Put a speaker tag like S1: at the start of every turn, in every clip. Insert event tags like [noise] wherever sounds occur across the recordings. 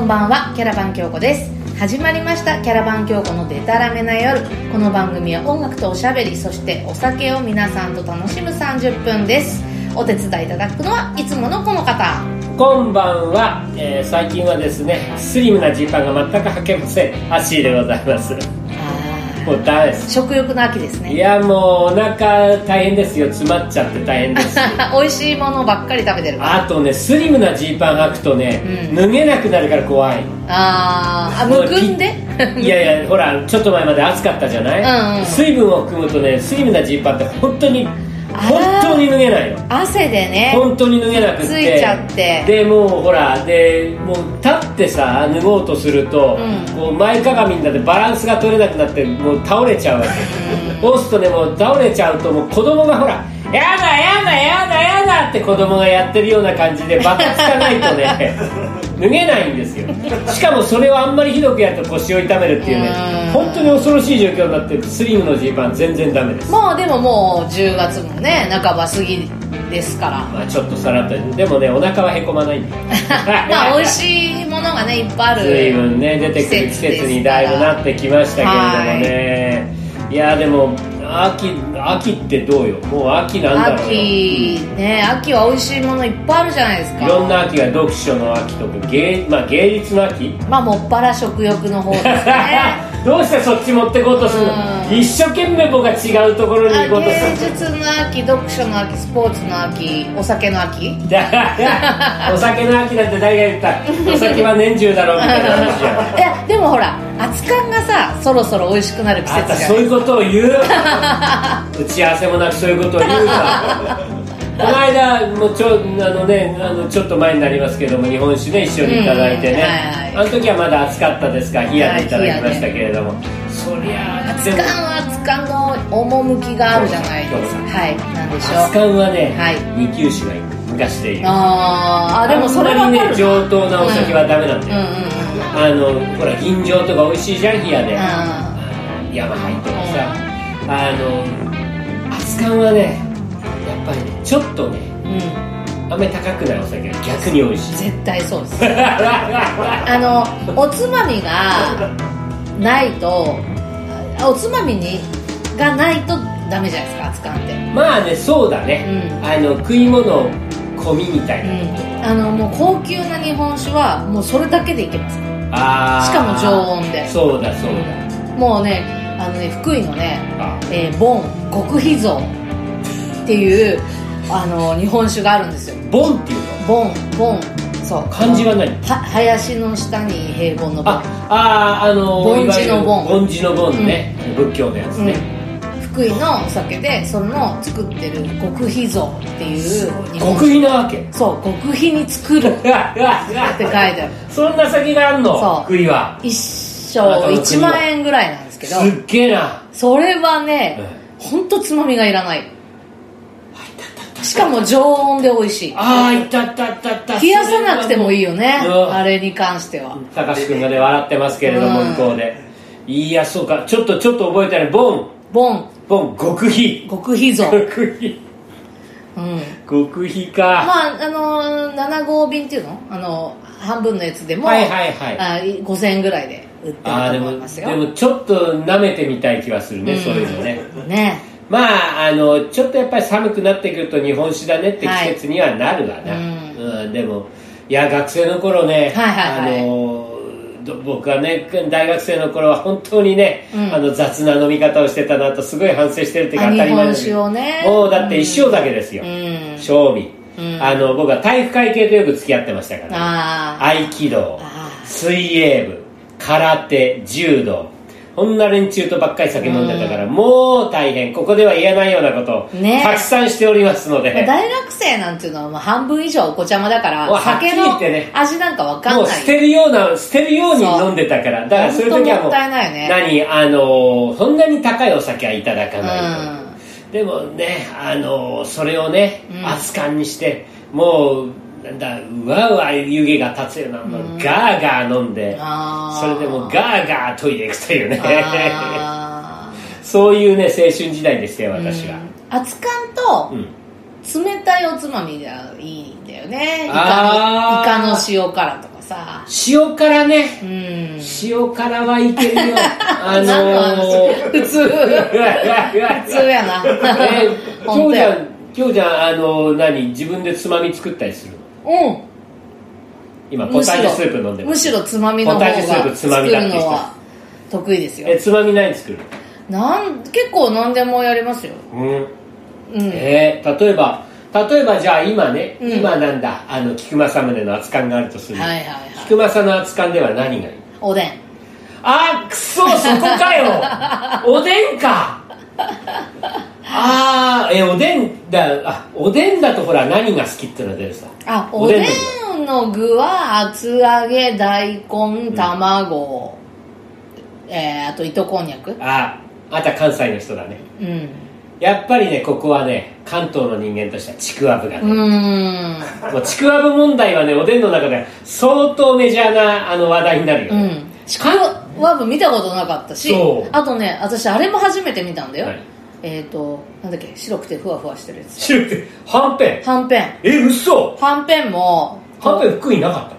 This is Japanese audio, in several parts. S1: んばんはキャラバン京子です始まりましたキャラバン京子のデタラメな夜この番組は音楽とおしゃべりそしてお酒を皆さんと楽しむ30分ですお手伝いいただくのはいつものこの方
S2: こんばんは、えー最近はですねスリムなジーパンが全く履けませんアッシーでございますもうダメです
S1: 食欲の秋です
S2: い
S1: ね
S2: やもうお腹大変ですよ詰まっちゃって大
S1: [laughs]
S2: 変です
S1: [laughs] 美味しいものばっかり食べてる
S2: あとねスリムなジーパン履くとね、
S1: うん
S2: 脱げなくなるから怖い
S1: あーあむくんで
S2: いやいやほらちょっと前まで暑かったじゃない、
S1: うんうん
S2: 水分を含むとねスリムなジーパンって本当に
S1: あー
S2: 本当に脱げないの
S1: [laughs] 汗でね
S2: 本当に脱げなくって
S1: ついちゃって
S2: でもうほらでもう立ってさ脱ごうとすると、
S1: うん
S2: こう前かがみになってバランスが取れなくなってもう倒れちゃうわけ押すとねもう倒れちゃうともう子供がほら「やだやだやだやだ」って子供がやってるような感じでバタつかないと
S1: [laughs]
S2: ね脱げないんですよしかもそれをあんまりひどくやると腰を痛めるっていうね
S1: うん
S2: 本当に恐ろしい状況になってスリムのジーパン全然ダメです
S1: もうでももう10月もね半ば過ぎですから
S2: まあちょっとさらっとでもねお腹はへこまないんだよ
S1: [laughs] まあ美味しいものがねいっぱいある
S2: [laughs] 随分ね出てくる季節にだいぶなってきましたけれどもねいやでも秋秋ってどうよもう秋なんだろうよ
S1: 秋ね秋は美味しいものいっぱいあるじゃないですか
S2: いろんな秋が読書の秋とか芸,、まあ、芸術の秋
S1: まあもっぱら食欲の方です
S2: [laughs]
S1: ね
S2: どうしてそっち持ってこうとするの
S1: うん
S2: 一生懸命僕は違うところに行こうとする
S1: 芸術の秋読書の秋スポーツの秋お酒の秋
S2: だから [laughs] お酒の秋だって誰が
S1: [laughs]
S2: 言ったお酒は年中だろうみたいな話じゃん
S1: いやでもほら熱燗がさそろそろ美味しくなる季
S2: あんた
S1: 節じゃ
S2: そ
S1: な
S2: う
S1: い
S2: いうことを言う打ち合わせもなくそういうことを言うかこの間もうちょあのねあのちょっと前になりますけども日本酒ね一緒にいただいてね、
S1: うんは
S2: あの時はまだ暑かったですが冷やでいただきましたけれども、そりゃあ
S1: 熱燗は熱燗の趣があるじゃないですか
S2: そう
S1: はいなんでし
S2: 熱
S1: ょう
S2: 燗はね、
S1: はい
S2: 二級酒がいい昔で言う
S1: あーあでもそれは
S2: あん
S1: 分
S2: ま
S1: か
S2: り
S1: る
S2: ね上等なお酒はダメなんだ
S1: うんうんう
S2: よ、
S1: ん
S2: あのほら吟醸とか美味しいじゃん冷やで、
S1: う
S2: ヤマハイとかさ、あの熱燗はねやっぱりねちょっとね
S1: んうん、うん、
S2: あんまり高くないお酒が逆に美味しい
S1: 絶対そうですあのおつまみがないとあおつまみにがないとダメじゃないですか熱燗って
S2: まあねそうだね、
S1: うん
S2: あの食い物込みみたいな、
S1: うんあのもう高級な日本酒はもうそれだけでいけます
S2: あー
S1: しかも常温で
S2: そうだそうだ、
S1: もうねあのね福井のね
S2: あ
S1: えーボン極秘蔵っていうあの日本酒があるんですよ
S2: ボンっていうの
S1: ボンボンそう
S2: 漢字は何
S1: は林の下に平凡のボン
S2: ああーあの
S1: 凡人の凡
S2: 凡人のボンね、仏教のやつね、
S1: 福井のお酒でその作ってる極秘蔵っていう日本
S2: 極
S1: 酒
S2: 秘なわけ
S1: そう極秘に作るって書いてある
S2: [laughs] そんな先があん
S1: そ
S2: の
S1: う
S2: 福井は
S1: 一生1万円ぐらいなんですけ
S2: す
S1: ど
S2: っげえな
S1: それはねほんとつまみがいらないしかも常温で美味しい
S2: ああいたったったった
S1: 冷やさなくてもいいよね
S2: うん
S1: あれに関しては
S2: 高志君がね笑ってますけれども
S1: うん
S2: 向こうでいやそうかちょっとちょっと覚えたねボン
S1: ボン
S2: ボン極秘
S1: 極秘
S2: [laughs]
S1: 蔵うん
S2: 極秘極秘か
S1: まああの7号瓶っていうのあの半分のやつでも
S2: はいはいはい
S1: あ5000円ぐらいで売ってると
S2: ああで
S1: 思
S2: も
S1: いますよ
S2: でもちょっと舐めてみたい気はするね、
S1: うん
S2: そういうのね
S1: ね
S2: まああのちょっとやっぱり寒くなってくると日本酒だねって季節にはなるわな、
S1: はい
S2: うんでもいや学生の頃ね、
S1: はいはいはい
S2: あのど僕はね大学生の頃は本当にね、
S1: うん
S2: あの雑な飲み方をしてたなとすごい反省してるっていうか
S1: あ
S2: 当たり前なんだけ
S1: 日
S2: ど
S1: 本酒をね
S2: もうだって一生だけですよ、
S1: うん
S2: 賞味、
S1: うん
S2: あの僕は体育会系とよく付き合ってましたから、
S1: あ
S2: 合気道
S1: あー
S2: 水泳部空手柔道こんな連中とばっかり酒飲んでたから、もう大変ここでは言えないようなことを
S1: ね
S2: たくさんしておりますので、
S1: あ大学生なんていうのはもう半分以上お子ちゃまだから
S2: もうはっきり
S1: 酒
S2: 言
S1: の
S2: ってね
S1: 味なんかわかん
S2: もう
S1: な
S2: 捨
S1: い
S2: てるような捨てるように飲んでたからだからそういう時は
S1: 本当
S2: も
S1: も
S2: う
S1: ったいないね
S2: 何あのーそんなに高いお酒はいただかないと、
S1: うん
S2: でもねあのそれをね
S1: うん
S2: 熱燗にしてもうなんだうわうわ湯気が立つようなものガーガー飲んで
S1: あー
S2: それでもうガーガートイレ行くというね
S1: あ
S2: そういうね青春時代でした
S1: ー
S2: よ私は
S1: うん、熱燗と
S2: うん
S1: 冷たいおつまみがいいんだよねイカのイ
S2: あー
S1: カの塩辛とかさ
S2: 塩辛ね
S1: うん
S2: 塩辛はいける
S1: [laughs]
S2: よあの
S1: 何の話
S2: ー
S1: 普通普通やな
S2: え
S1: 本当
S2: 今日じゃ
S1: や
S2: ん今日じゃんあの何自分でつまみ作ったりする
S1: うん
S2: 今ポ
S1: む
S2: タ
S1: し
S2: ージ
S1: ろ
S2: ュスープ飲んでま
S1: む
S2: す
S1: しろつまみの方
S2: ポタージュスープ
S1: が
S2: つ
S1: 作
S2: まみだって
S1: る
S2: 人
S1: のは得意ですよ
S2: えつまみ何作る
S1: なん結構何でもやりますよ
S2: う
S1: う
S2: ん
S1: ん
S2: えー例えば例えばじゃあ今ね、
S1: うん
S2: 今なんだあの菊政宗の厚缶があるとする、
S1: はいはいはい
S2: 菊政の厚缶では何がいい
S1: おでん
S2: あーくそそこ
S1: [laughs]
S2: かよおでんかあーえおでんだあおでんだとほら何が好きってのが出るさ
S1: あお
S2: おでん
S1: で
S2: の具
S1: んの具は厚揚げ大根卵、えー、あと糸こんにゃく
S2: あーあた関西の人だね
S1: うん
S2: やっぱりねここはね関東の人間としてはちくわぶが
S1: う
S2: ね、
S1: ーん
S2: もうちくわぶ問題はねおでんの中で相当メジャーなあの話題になるよ、
S1: う
S2: ね
S1: んちくわぶ見たことなかったし
S2: そう
S1: あとね私あれも初めて見たんだよ、
S2: はい
S1: えっ、ー、となんだっけ白くてふわふわしてるやつ
S2: シュってはんぺん
S1: はんぺん
S2: え嘘
S1: はんぺんも
S2: はんぺん福井なかっ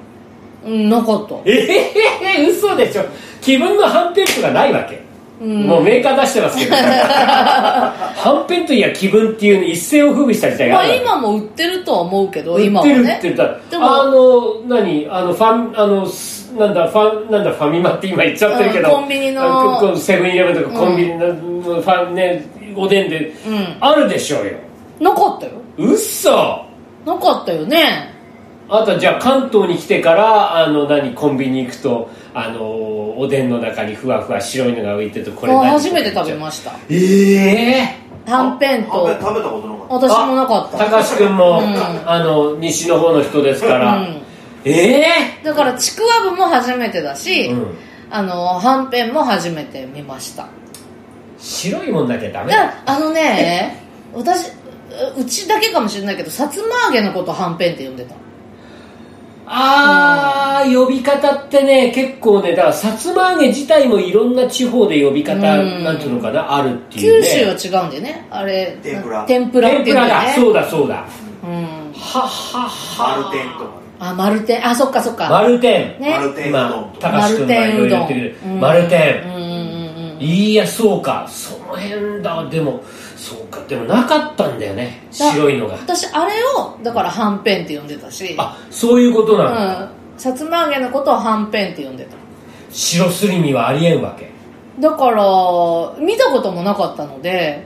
S2: た
S1: うんなかった
S2: えへへへ嘘でしょ自分のはんぺんとかないわけ、
S1: うん
S2: もうメーカー出してますけ
S1: [laughs]
S2: どはんぺんといや気分っていうの一世を風靡した時代が
S1: ま
S2: ある
S1: あ
S2: わけ
S1: 今も売ってるとは思うけど
S2: 売
S1: 今
S2: っ
S1: は
S2: てる
S1: ね
S2: って言ったら、
S1: でも
S2: あの何あのファンあのすなんだファンなんだファミマって今言っちゃってるけど、
S1: うんコンビニの
S2: あここセブンイレブンとかコンビニの、ファンねおでんで、
S1: うん
S2: あるでしょうよ
S1: なかったよ
S2: 嘘
S1: なかったよね
S2: あとじゃあ関東に来てからあの何コンビニ行くとあのおでんの中にふわふわ白いのが浮いてるとこれ
S1: あ
S2: 何
S1: 初めて食べました
S2: ええ
S1: はんぺんと
S3: あんまり食べたことなかっ
S1: 私もなかった
S2: たかし君も、
S1: うん
S2: あの西の方の人ですから、
S1: うん
S2: ええ
S1: だからちくわぶも初めてだし、
S2: うん
S1: あのはんぺんも初めて見ました
S2: 白いもんだけダメ
S1: だからあのね私うちだけかもしれないけどさつま揚げのことはんぺんって呼んでた
S2: あー、呼び方ってね結構ねだからさつま揚げ自体もいろんな地方で呼び方、
S1: うん
S2: なんていうのかなあるってい
S1: 九
S2: うね
S1: 州は違うんだよねあれ
S3: 天ぷら
S1: 天ぷらって
S2: 天ぷ
S1: いうんだ
S2: らだ
S1: よね
S2: そうだそうだ
S1: うん
S2: はは
S3: た
S2: は
S3: 丸天とか
S1: あ丸天あそっかそっか
S2: 丸天
S1: ね
S3: 丸天うどん
S2: 今
S3: とか
S2: 高橋君がいろいろ言ってくれる丸
S1: うん
S2: 天
S1: うんうんうん
S2: いやそうかその辺だでもそうかでもなかったんだよね白いのが
S1: 私あれをだからはんぺんって呼んでたし
S2: あそういうこと
S1: う
S2: なんだ、
S1: んさつま揚げのことをはんぺんって呼んでた
S2: 白すり身はありえんわけ
S1: だから見たこともなかったので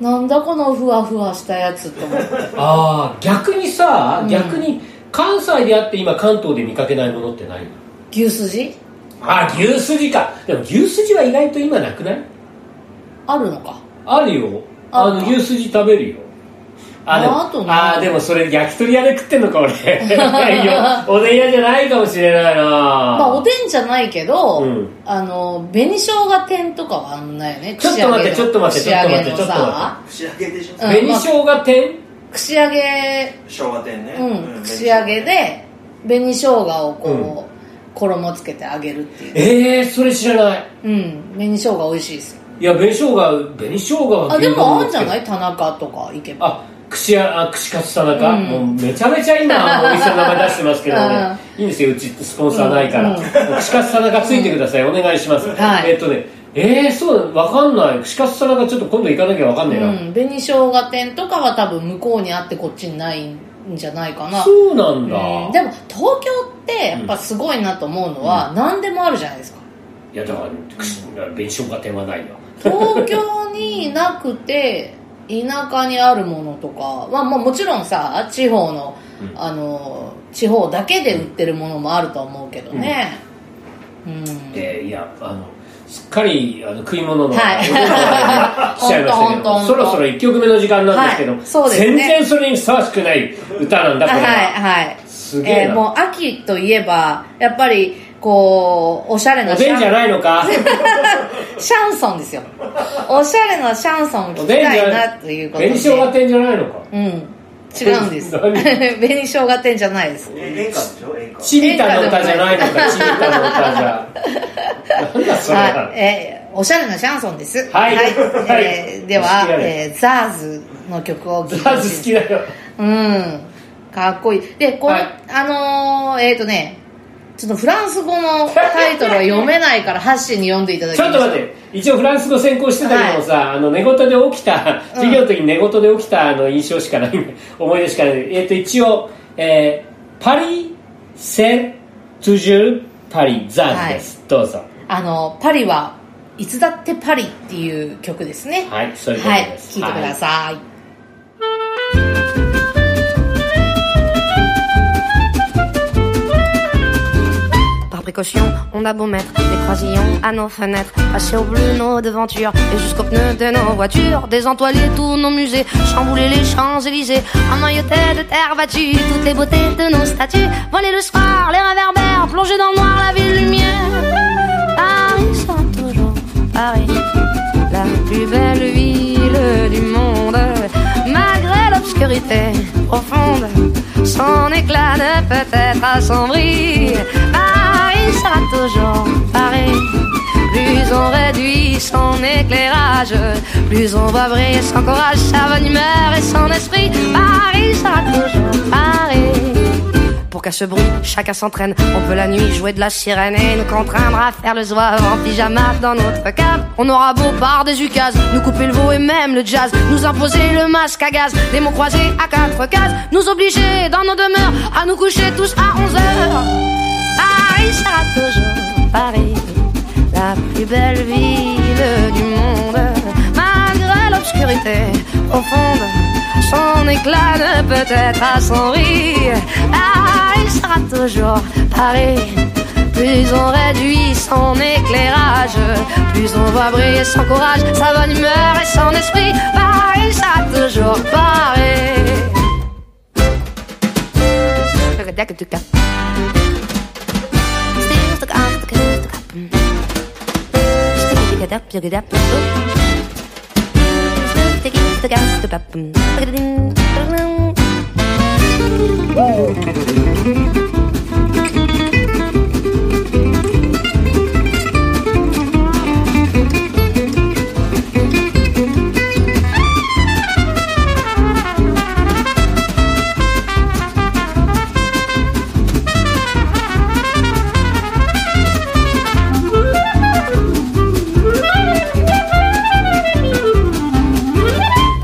S1: なんだこのふわふわしたやつって思って [laughs]
S2: ああ逆にさ、
S1: うん
S2: 逆に関西であって今関東で見かけないものってない
S1: 牛すじ
S2: あー牛すじかでも牛すじは意外と今なくない
S1: あるのか
S2: あるよ
S1: あ
S2: あ
S1: る
S2: の
S1: か
S2: 牛すじ食べるよでも
S1: あとね
S2: あーでもそれ焼き鳥屋で食ってんのか俺
S1: [laughs]
S2: いやおでん屋じゃないかもしれないな
S1: まあおでんじゃないけど、
S2: うん
S1: あの紅生姜天とかはあんなよね
S2: ちょっと待って
S1: 串揚げの
S2: ちょっと待って
S1: 串揚げの
S2: ちょっと待ってちょっと待
S1: さ
S3: な串揚げでしょ
S1: うん
S2: 紅生姜天
S1: 串揚げ
S3: 生姜店ね
S1: うん串揚げで紅生姜をこう、衣つけて揚げるっていう
S2: ええー、それ知らない
S1: うん紅生姜美味しいですよ
S2: いや紅生姜紅生姜は
S1: あでもあんじゃ
S2: い
S1: ない田中とか行けば
S2: あ串やあ串カツ田中、
S1: うん
S2: もうめちゃめちゃ今お店の名前出してますけど
S1: [laughs]
S2: ねいいんですようちスポンサーないか
S1: う
S2: ら、
S1: んうん
S2: 串カツ田中ついてください、お願いします、
S1: はい
S2: えっとねえー、そうわかんない串カツ田中ちょっと今度行かなきゃわかん
S1: う
S2: ないな、
S1: ん紅生姜店とかは多分向こうにあってこっちにないんじゃないかな
S2: そうなんだ、
S1: うんでも東京ってやっぱすごいなと思うのは、何でもあるじゃないですか
S2: いやだから串紅生姜店はないよ
S1: 東京になくて田舎にあるものとかは、まあ、もちろんさ地方の,、
S2: うん
S1: あの地方だけで売ってるものもあるとは思うけどねうん、
S2: えーいやあのすっかりあの食い物のお料理
S1: はい
S2: の話しちゃいましたけ
S1: ほんとほんとほ
S2: ど
S1: んと
S2: そろそろ1曲目の時間なんですけど、
S1: はいそうですね
S2: 全然それにふさわしくない歌なんだこれは、
S1: はいはい
S2: すげえな
S1: ーもう秋といえばやっぱりこうおしゃれな
S2: おでんじゃないのか
S1: シャンソンですよおしゃれなシャンソン聞き
S2: おでん
S1: た
S2: じゃ
S1: い
S2: な
S1: なということで
S2: 紅生姜店じゃないのか
S1: うん違うんです
S2: 何
S1: 紅生姜店じゃないです
S3: え演歌でしょ演歌
S2: チビタの歌じゃないのかチビタの歌じゃなんだそれは、
S1: はい、えーおしゃれなシャンソンです。
S2: はい
S1: えーでは
S2: 好、きだね
S1: えーザーズの曲を聴
S2: ザ
S1: いてほ
S2: ー
S1: しい
S2: ズ好きだよ
S1: うん。かっこいい。で、この、
S2: はい
S1: あのーえっ、とね、ちょっとフランス語のタイトルは読めないからハッシーに読んでいただき
S2: ち
S1: ま
S2: ょ
S1: し
S2: っ
S1: ょ
S2: と
S1: う
S2: 待って一応フランス語専攻してたけどもさ、あの寝言で起きた授業の時に寝言で起きたあの印象しかない、 [laughs] 思い出しかないえっ、と一応、えーパリ・セン・トゥジュル・パリ・ザンです、どうぞ
S1: あのパリはいつだってパリっていう曲ですね
S2: はいそういうこと
S1: はい
S2: です
S1: 聞いてください、
S4: Par précaution, on a beau mettre des croisillons à nos fenêtres, hacher au bleu nos devantures et jusqu'aux pneus de nos voitures, désentoiler tous nos musées, chambouler les Champs-Élysées, emmailloter de terre battue toutes les beautés de nos statues, voler le soir, les réverbères, plonger dans le noir la ville lumière. Paris sera toujours Paris, la plus belle ville du monde, malgré l'obscurité profonde, son éclat ne peut être assombri. Paris sera toujours Paris. Plus on réduit son éclairage, plus on va briller son courage, sa bonne humeur et son esprit. Paris sera toujours Paris. Pour qu'à ce bruit, chacun s'entraîne. On peut la nuit jouer de la sirène et nous contraindre à faire le zouave en pyjama dans notre cave. On aura beau par des ukases, nous couper le veau et même le jazz, nous imposer le masque à gaz, des mots croisés à quatre cases, nous obliger dans nos demeures à nous coucher tous à 11 heures. Paris sera toujours Paris, la plus belle ville du monde. Malgré l'obscurité profonde, son éclat ne peut être à son rire. Paris sera toujours Paris. Plus on réduit son éclairage, plus on voit briller son courage, sa bonne humeur et son esprit. Paris sera toujours Paris.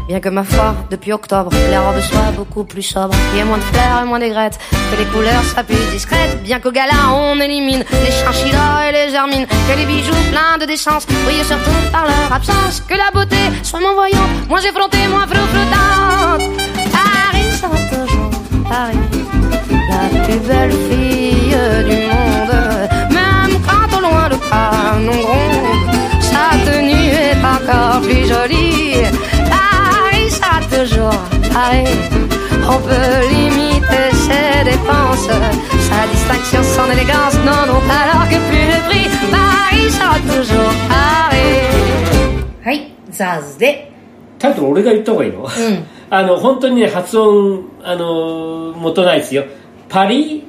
S4: Bien que ma foi, depuis octobre, les robes soient beaucoup plus sobres. Il y a moins de fleurs et moins d'aigrettes, que les couleurs soient plus discrètes. Bien qu'au gala, on élimine les chinchillas et les germines. Que les bijoux pleins de décence brillent surtout par leur absence. Que la beauté soit moins voyante, moins effrontée, moins flottante. Paris sera toujours Paris. La plus belle fille du monde, même quand au loin le crâne on gronde, sa tenue est encore plus jolie. Paris sera toujours Paris, on peut limiter ses dépenses, sa distinction, son élégance n'en ont alors que plus le prix. Paris sera toujours Paris.
S1: はいザーズで
S2: タイトル俺が言った方がいいの、
S1: ん
S2: [laughs] あの本当にね発音あの元ないですよパリ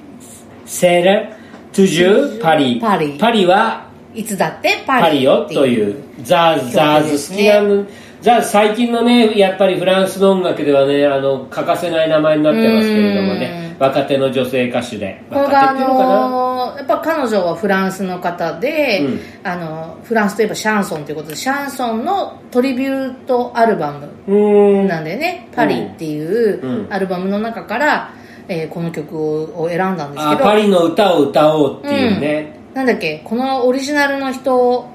S2: セレトゥジュパリ
S1: パリ
S2: パリはい
S1: つだってパリ
S2: パリよというザーズザー
S1: 曲です
S2: ズ好き
S1: ね
S2: なのザーズ最近のねやっぱりフランスの音楽ではねあの欠かせない名前になってますけれどもね若手の女性歌手で
S1: これ
S2: 若
S1: が
S2: 手
S1: あ
S2: っていうのかな
S1: のーやっぱ彼女はフランスの方で、
S2: うん
S1: あのフランスといえばシャンソンということでシャンソンのトリビュートアルバム
S2: うーん
S1: なんでね「パリ」っていう
S2: うんうん
S1: アルバムの中から、えーこの曲を選んだんですけ
S2: あ
S1: ど
S2: パリの歌を歌おうっていうね、
S1: なんだっけこのオリジナルの人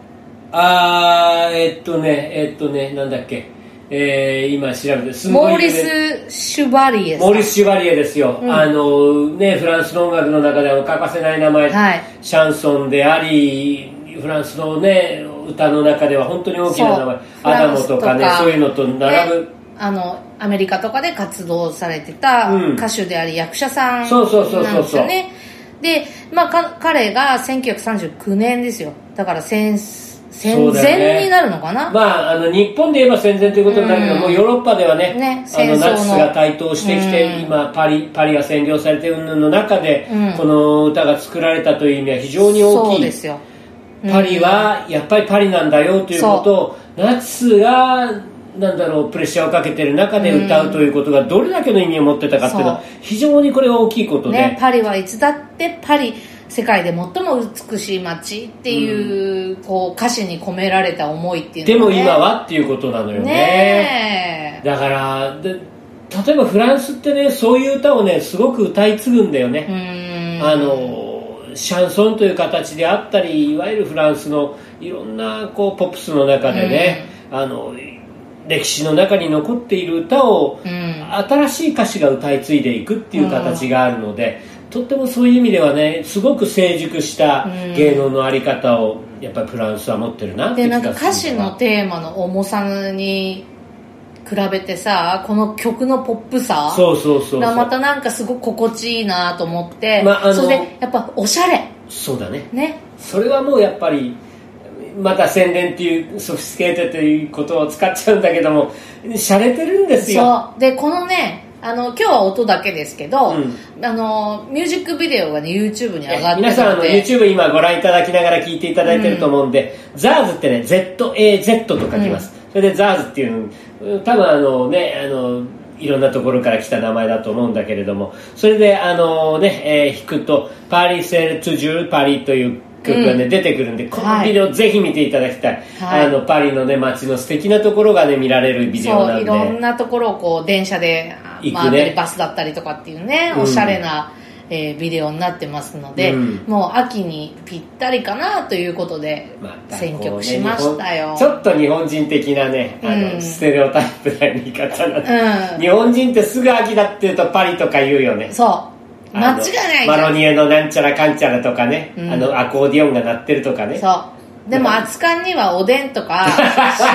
S2: あーえっとねえっとねなんだっけえー、今調べてす
S1: モ
S2: ご
S1: ー
S2: い
S1: リ
S2: 有
S1: ス・
S2: 名
S1: シュバリエさん
S2: モーリス・シュバリエですよ、
S1: うん
S2: あのねフランスの音楽の中では欠かせない名前、
S1: はい
S2: シャンソンでありフランスのね歌の中では本当に大きな名前
S1: そう
S2: アダムとか
S1: フ
S2: ね
S1: ランスとか
S2: そういうのと並ぶ、
S1: ねあのアメリカとかで活動されてた
S2: うん
S1: 歌手であり役者さんなん
S2: そうそうそうそうそう
S1: ですよねで、まあ、か彼が1939年ですよだから戦戦
S2: そうだよね
S1: 前になるのかな、
S2: まあ、あの日本で言えば戦前ということになるけど、
S1: うん
S2: もうヨーロッパではね
S1: ね
S2: あ
S1: 戦
S2: の
S1: 争の
S2: ナチスが台頭してきて、
S1: うん
S2: 今パリパリが占領されて云々の中で、
S1: うん
S2: この歌が作られたという意味は非常に大
S1: そう
S2: き
S1: で
S2: い
S1: すよ
S2: パリはやっぱりパリなんだよということをナチスがなんだろうプレッシャーをかけてる中で歌うということがどれだけの意味を持ってたかっていうのは
S1: そう
S2: 非常にこれは大きいことで、
S1: ね、パリはいつだってパリ世界で最も美しい街っていう,、こう歌詞に込められた思いっていう
S2: で
S1: の
S2: も
S1: がね
S2: 今はっていうことなのよね
S1: ねえ
S2: だからで例えばフランスってねそういう歌をねすごく歌い継ぐんだよ
S1: う
S2: ね、
S1: ーん
S2: あのシャンソンという形であったりいわゆるフランスのいろんなこうポップスの中でね、あの歴史の中に残っている歌を、
S1: うん
S2: 新しい歌詞が歌い継いでいくっていう形があるので、とってもそういう意味ではねすごく成熟した
S1: うん
S2: 芸能のあり方をやっぱりフランスは持ってるなって
S1: で
S2: 気が
S1: なん
S2: する
S1: か歌詞のテーマの重さに比べてさこの曲のポップさ
S2: そうそうそうそう
S1: がまたなんかすごく心地いいなと思って、
S2: まああの
S1: そしてやっぱおしゃれ
S2: そうだね
S1: ね
S2: それはもうやっぱりまた宣伝っていうソフィスケーテということを使っちゃうんだけども洒落てるんですよ
S1: そうでこのねあの今日は音だけですけど、
S2: うん
S1: あのミュージックビデオがね YouTube に上がってる
S2: 皆さんあ
S1: の
S2: の
S1: で
S2: YouTube 今ご覧いただきながら聞いていただいてると思うんで、ザーズってね ZAZ と書きます、それでザーズっていううん多分あのねあのいろんなところから来た名前だと思うんだけれどもそれであのね、えー弾くと「パリ・セル・トゥ・ジュー・パリ」という曲がね、出てくるんでこのビデオぜひ見ていただきたい、
S1: はい
S2: あのパリのね街の素敵なところがね見られるビデオ
S1: そ
S2: な
S1: うんい
S2: で
S1: ろんなところをこう電車で
S2: 行く
S1: 回ったり
S2: ね
S1: バスだったりとかっていうね
S2: うん
S1: おしゃれな、えービデオになってますので、
S2: うん
S1: もう秋にぴったりかなということで
S2: またこうね
S1: 選曲しましたよ、
S2: 日本ちょっと日本人的なねあの、
S1: うん
S2: ステレオタイプな言い方なんで、
S1: うん
S2: 日本人ってすぐ秋だっていうとパリとか言うよね
S1: そう間
S2: あの
S1: 違いないじ
S2: マ
S1: ゃ
S2: ロ
S1: ん
S2: ニエのなんちゃらかんちゃらとかね、
S1: うん
S2: あのアコーディオンが鳴ってるとかね
S1: そうでも熱燗にはおでんと
S2: [laughs]
S1: か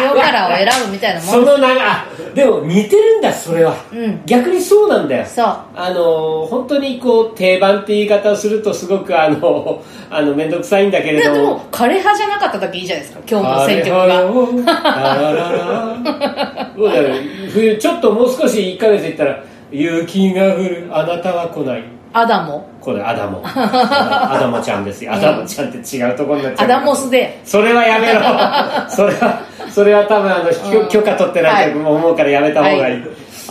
S1: 塩辛を選ぶみたいなも
S2: そ
S1: ん
S2: のなあでも似てるんだそれは、
S1: うん
S2: 逆にそうなんだよ
S1: そう
S2: あの本当にこう定番って言い方をするとすごくあのあの面倒くさいんだ
S1: い
S2: けれ
S1: や
S2: ど
S1: で
S2: も
S1: もカレー派じゃなかっただけいいじゃないですか今日の選曲
S2: あれ
S1: が
S2: はよあらら
S1: [laughs]
S2: らそうだよ冬ちょっともう少し1ヶ月いったら「雪が降るあなたは来ない」
S1: アダモ
S2: これアダ
S1: [laughs]
S2: モアダモちゃんですよアダモちゃんって違うところになっちゃ
S1: ア
S2: うけど
S1: ダモスで
S2: それはやめろ
S1: [laughs]
S2: それはそれは多分あの
S1: うん
S2: 許許可取ってないと思うからやめた方がいい、
S1: は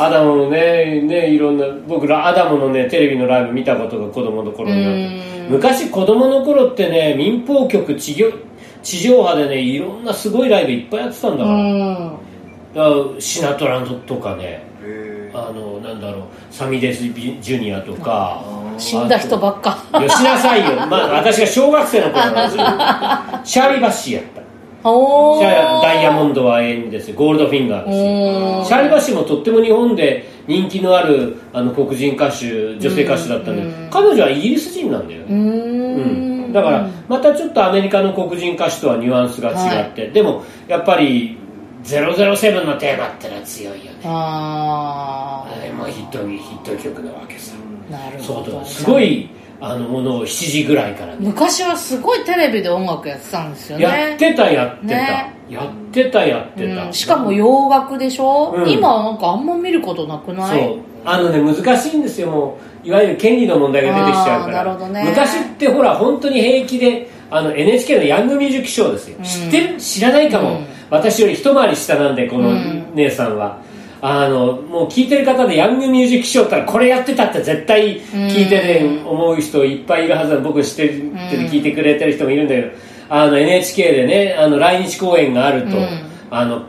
S2: アダモのねねいろんな僕らアダモのねテレビのライブ見たことが子供の頃になって
S1: うん
S2: 昔子供の頃ってね民放局地上地上波でねいろんなすごいライブいっぱいやってたんだ
S1: う
S2: から,、
S1: ん
S2: シナトラとかね
S3: へー
S2: あのなんだろうサミデス・ビジュニアとか
S1: 死んだ人ばっか
S2: よしなさいよ、まあ、私が小学生の頃なんですよシャーリー・バッシーやった
S1: お
S2: シャーリーダイヤモ
S1: ン
S2: ンドは永遠ですよゴールドフィンガーですよ
S1: おー
S2: シャーリー・バッシーもとっても日本で人気のあるあの黒人歌手女性歌手だったんで、
S1: うん
S2: 彼女はイギリス人なんだよ
S1: う
S2: ね、う
S1: ーん
S2: んだからまたちょっとアメリカの黒人歌手とはニュアンスが違って、でもやっぱり007のテーマってのは強いよね
S1: あ
S2: あれもヒットヒット曲なわけさ
S1: あなる
S2: そ
S1: ほ
S2: うだ
S1: ど
S2: すごいあのものを7時ぐらいからね
S1: 昔はすごいテレビで音楽やってたんですよね
S2: やってたやってた、
S1: ね
S2: やってたやってた、
S1: うんしかも洋楽でしょ、
S2: うん
S1: 今はなんかあんま見ることなくな
S2: そ
S1: いう
S2: あのね難しいんですよもういわゆる権利の問題が出てきちゃうから
S1: あーなるほどね
S2: 昔ってほら本当に平気であの NHK のヤングミュージックショーですよ、
S1: うん
S2: 知ってる知らないかも、
S1: うん
S2: 私より一回り下なんでこの
S1: うん
S2: 姉さんは、あのもう聞いてる方でヤングミュージックショーったらこれやってたって絶対聞いてね
S1: う
S2: 思う人いっぱいいるはずなの僕知ってる聞いてくれてる人もいるんだけどあの NHK でねあの来日公演があると、
S1: うん
S2: あの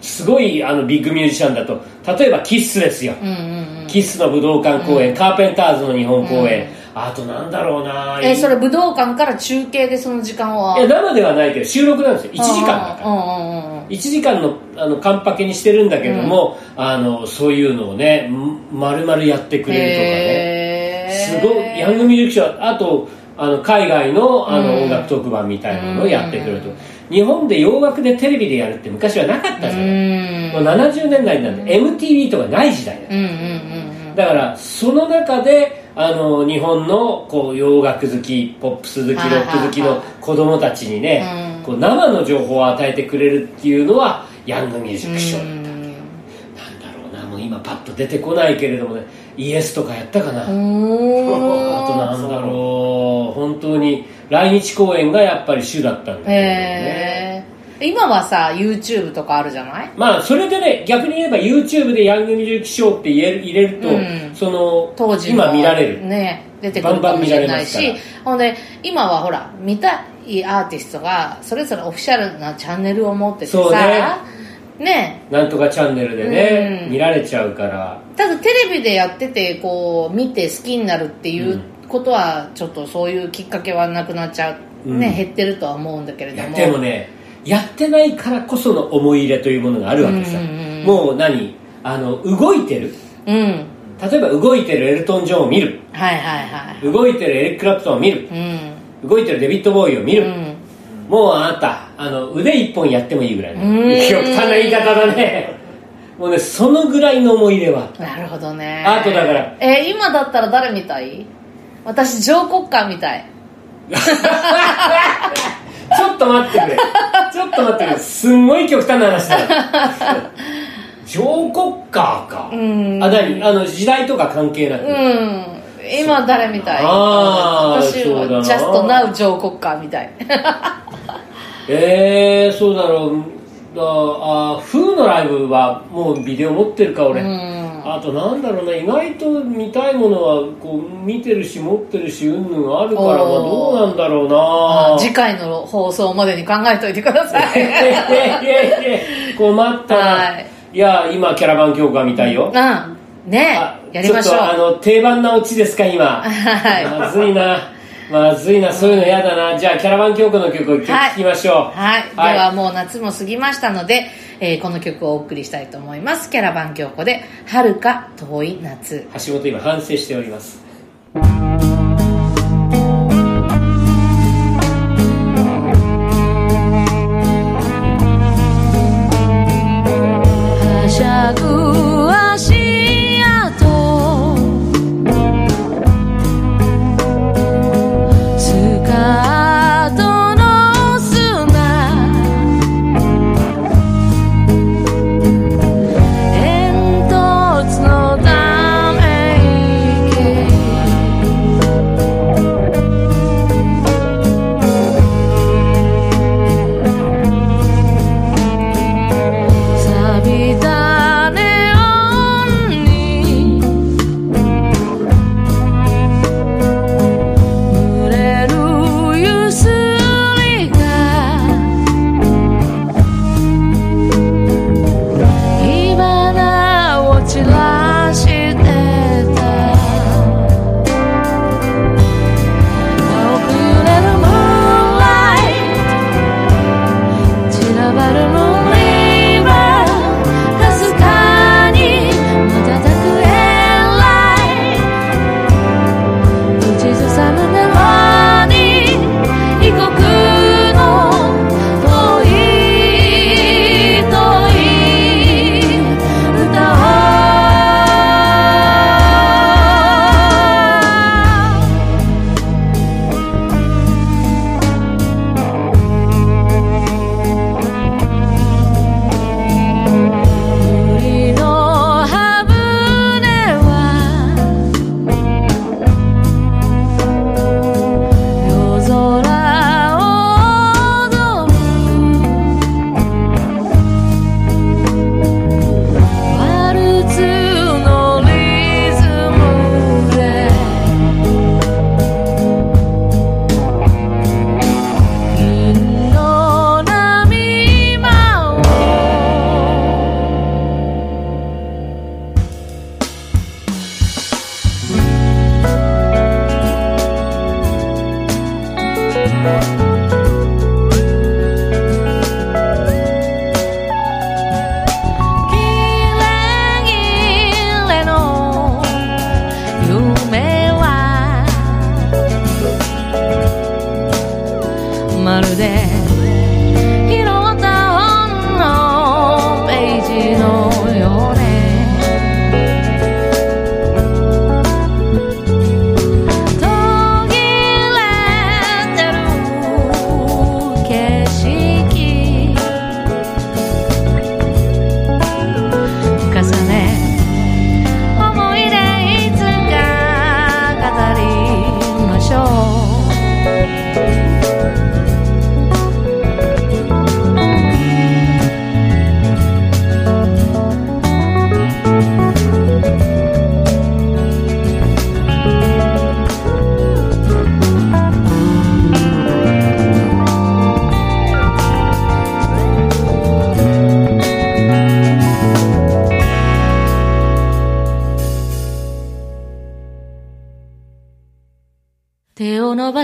S2: すごいあのビッグミュージシャンだと例えばキッスですよ、
S1: うんうんうん
S2: キッスの武道館公演、カーペンターズの日本公演、あとなんだろうな
S1: えーそれ武道館から中継でその時間はい
S2: や生ではないけど収録なんですよ1時間だから
S1: うんうんうんうん
S2: 1時間のあのカンパケにしてるんだけども、あのそういうのをねん丸々やってくれ
S1: へ
S2: るとかねす
S1: ー
S2: ごいヤングミュージックショーあとあの海外のあ
S1: う
S2: の
S1: ん
S2: 音楽特番みたいなのをやってくれると、
S1: うん
S2: 日本で洋楽でテレビでやるって昔はなかったじゃない、もう70年代なんで MTV とかない時代だよ
S1: うんうんうん
S2: だからその中であの日本のこう洋楽好きポップス好きロ
S1: はいはいはい
S2: ック好きの子供たちにね、
S1: うん
S2: こう生の情報を与えてくれるっていうのはヤングミュージッ
S1: うん
S2: クショーだった、なんだろうなもう今パッと出てこないけれどもねイエスとかやったかな、 [laughs] あと
S1: うーん
S2: なんだ
S3: [laughs]
S2: ろう本当に来日公演がやっぱり主だったんだけどね、
S1: へえ今はさ YouTube とかあるじゃない
S2: まあそれでね逆に言えば YouTube でヤングミュージックショーって入れる入れると、
S1: うん
S2: その
S1: 当時の
S2: 今見られる、
S1: ね出てくる
S2: バン
S1: か
S2: バン
S1: も
S2: 見
S1: し
S2: られ
S1: れ
S2: ま
S1: ない
S2: すから
S1: しほんで今はほら見たいアーティストがそれぞれオフィシャルなチャンネルを持っててさ
S2: そうね
S1: ね
S2: なんとかチャンネルでね、
S1: うん
S2: 見られちゃうから
S1: ただテレビでやっててこう見て好きになるっていうことはちょっとそういうきっかけはなくなっちゃう、
S2: うん
S1: ね減ってるとは思うんだけれ
S2: い
S1: ど
S2: や
S1: も
S2: でもねやってないからこその思い入れというものがあるわけさ、
S1: うんうんうん
S2: もう何あの動いてる
S1: うん
S2: 例えば動いてるエルトン・ジョーンを見る
S1: はいはいはい
S2: 動いてるエリック・クラプトンを見る
S1: うん
S2: 動いてるデビッド・ボーイを見る、
S1: うん
S2: もうあなたあの腕一本やってもいいぐらいの
S1: うん
S2: 極端な言い方だねもうねそのぐらいの思い入れ
S1: [laughs]
S2: は
S1: なるほどね
S2: あとだから
S1: えー今だったら誰みたい私上国家みたい
S2: ちょっと待ってくれちょっと待ってくれすんごい極端な話だ
S1: [laughs]
S2: 上国家か
S1: うん
S2: あ何あの時代とか関係なく、
S1: うん今誰みたい
S2: あー
S1: 私
S2: そうだ
S1: は
S2: な
S1: ジャストナウ上国家みたい
S2: えー、そうだろうああ風のライブはもうビデオ持ってるか俺、
S1: うん
S2: あとなんだろうな意外と見たいものはこう見てるし持ってるしうんぬんあるからまあど
S1: おー
S2: うなんだろう
S1: あ
S2: な
S1: [laughs] ー次回の放送までに考えといてくだ
S2: [laughs]
S1: さ
S2: い
S1: い
S2: やいやいや困ったな、
S1: はい
S2: い、や今キャラバン協会みたいよ
S1: うんね
S2: あ
S1: やりましょ
S2: ちょっとあ
S1: う
S2: の定番なオチですか今
S1: はい
S2: まずいなまずいなそういうの嫌だなじゃあキャラバン協会の曲を
S1: はい
S2: 聞きましょう
S1: はい、ではもう夏も過ぎましたので、えーこの曲をお送りしたいと思いますキャラバン京子で「遥か遠い夏」
S2: 橋本今反省しております
S4: はしゃぐ足跡スカートの砂煙突のため池「錆びた音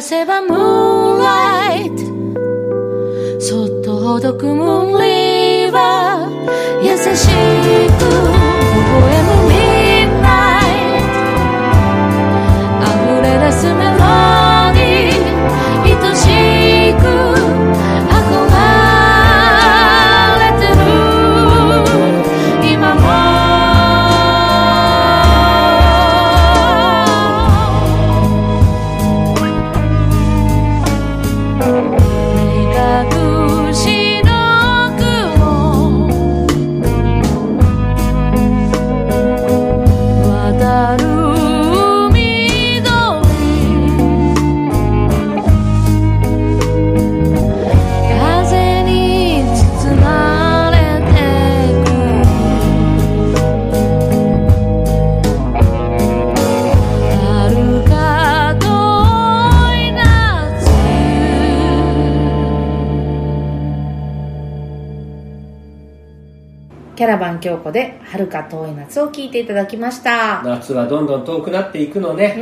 S4: せば moonlight そっとほどく moon river 優しく微笑む midnight 溢れ出すメロディー愛しく憧れてる今も目隠しの雲渡る海通り風に包まれてく遥か遠い夏
S1: キャラバン京子で遥か遠い夏を聞いていただきました
S2: 夏はどんどん遠くなっていくの
S1: う
S2: ね、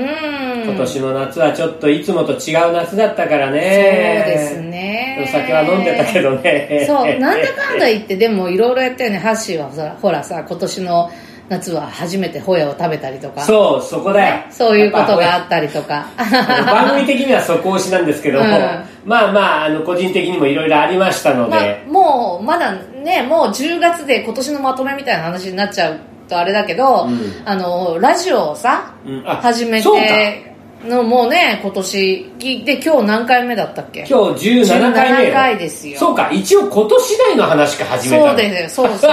S1: ん
S2: 今年の夏はちょっといつもと違う夏だったから
S1: そう
S2: ね
S1: ですね
S2: お酒は飲んでたけどね
S1: そう、なんだかんだ言って、でもいろいろやったよね。ハッシーはさほらさ、今年の夏は初めてホヤを食べたりとか。う。
S2: [laughs] そうそこだよ
S1: そういうことがあ
S2: やっ
S1: ったりとか。
S2: ぱこれ番組的にはそこ推しなんですけども、
S1: うん
S2: まあまああの個人的にもいろいろありましたので、
S1: [laughs] まあ、もう、まだね、もう10月で今年のまとめみたいな話になっちゃうとあれだけど、
S2: うん
S1: あの、ラジオをさ、
S2: うんあ
S1: 始め
S2: そうか
S1: て、のもうね、今年、で、今日何回目だったっけ
S2: 今日17回目
S1: 17回ですよ
S2: そうか一応今年内の話か始めたの
S1: そうですよそうそう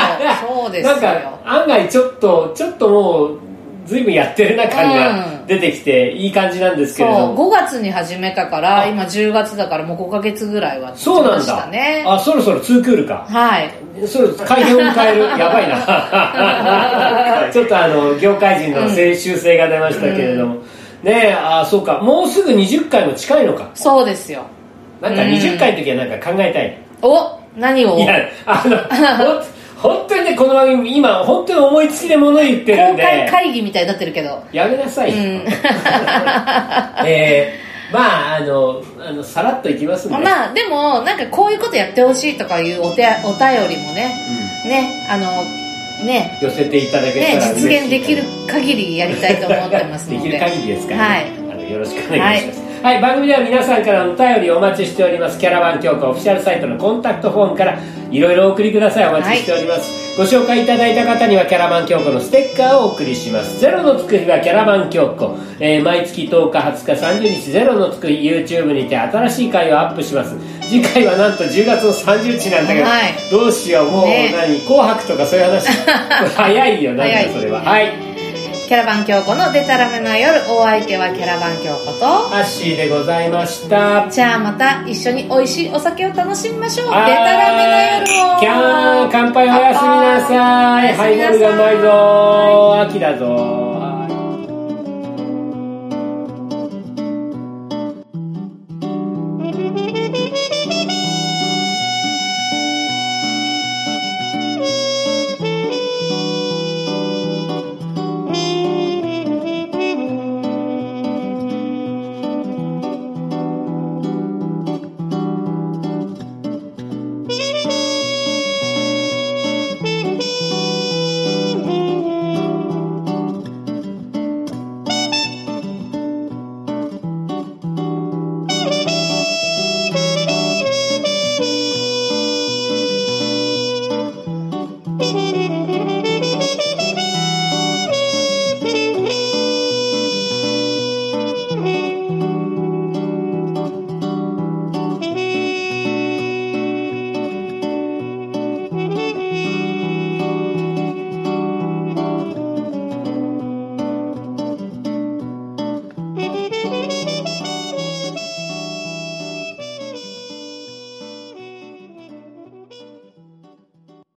S1: そうですよ
S2: [laughs] なんか案外ちょっとちょっともう随分やってるな感が出てきていい感じなんですけ
S1: そ
S2: れど
S1: う、5
S2: も、
S1: 月に始めたから、今10月だからもう5ヶ月ぐらいは経ち
S2: そうな
S1: ま
S2: ん
S1: した
S2: だ、
S1: ね。
S2: あそろそろツークールか
S1: はい。
S2: そろ改編を迎える
S1: [laughs]
S2: やばいな [laughs] ちょっとあの業界人の正修正が出ましたけれども、ねえあそうかもうすぐ20回も近いのか
S1: そうですよ。
S2: なんか20回の時はなんか考えたい、
S1: お何を
S2: いや、あの、ほん本当にね、この番組、今、本当に思いつきで物言ってるん
S1: 公開
S2: で、
S1: 会議みたいになってるけど。
S2: やめなさい。
S1: う
S2: [laughs]
S1: ん。
S2: えーまあ、あの、あのさらっといきますんで。
S1: まあ、でも、なんかこういうことやってほしいとかいうお手お便りもね、
S2: う
S1: ね、あの、ね、
S2: ん寄せていただけ
S1: ね、
S2: たら嬉しい
S1: 実現できる限りやりたいと思ってますので。
S2: [laughs] できる限りですから、
S1: はい。
S2: あのよろしくお願いします、はい番組では皆さんからのお便りをお待ちしておりますキャラバン教科オフィシャルサイトのコンタクトフォームからいろいろお送りくださいお待ちしております、ご紹介いただいた方にはキャラバン教科のステッカーをお送りしますゼロのつく日はキャラバン教科、えー毎月10日20日30日ゼロのつく日 YouTube にて新しい回をアップします次回はなんと10月の30日なんだけど、
S1: はい
S2: どうしようもう
S1: ね
S2: 何、紅白とかそういう
S1: [laughs]
S2: 話早いよなんだよそれは
S1: 早
S2: はい
S1: キャラバン京子のデタラメな夜、お相手はキャラバン京子と、
S2: アッシーでございました。
S1: じゃあまた一緒に美味しいお酒を楽しみましょう。デタラメな夜を
S2: キャーン乾杯おやすみなさい。ハ
S1: 乾杯
S2: イボールがうまいぞー。秋だぞー。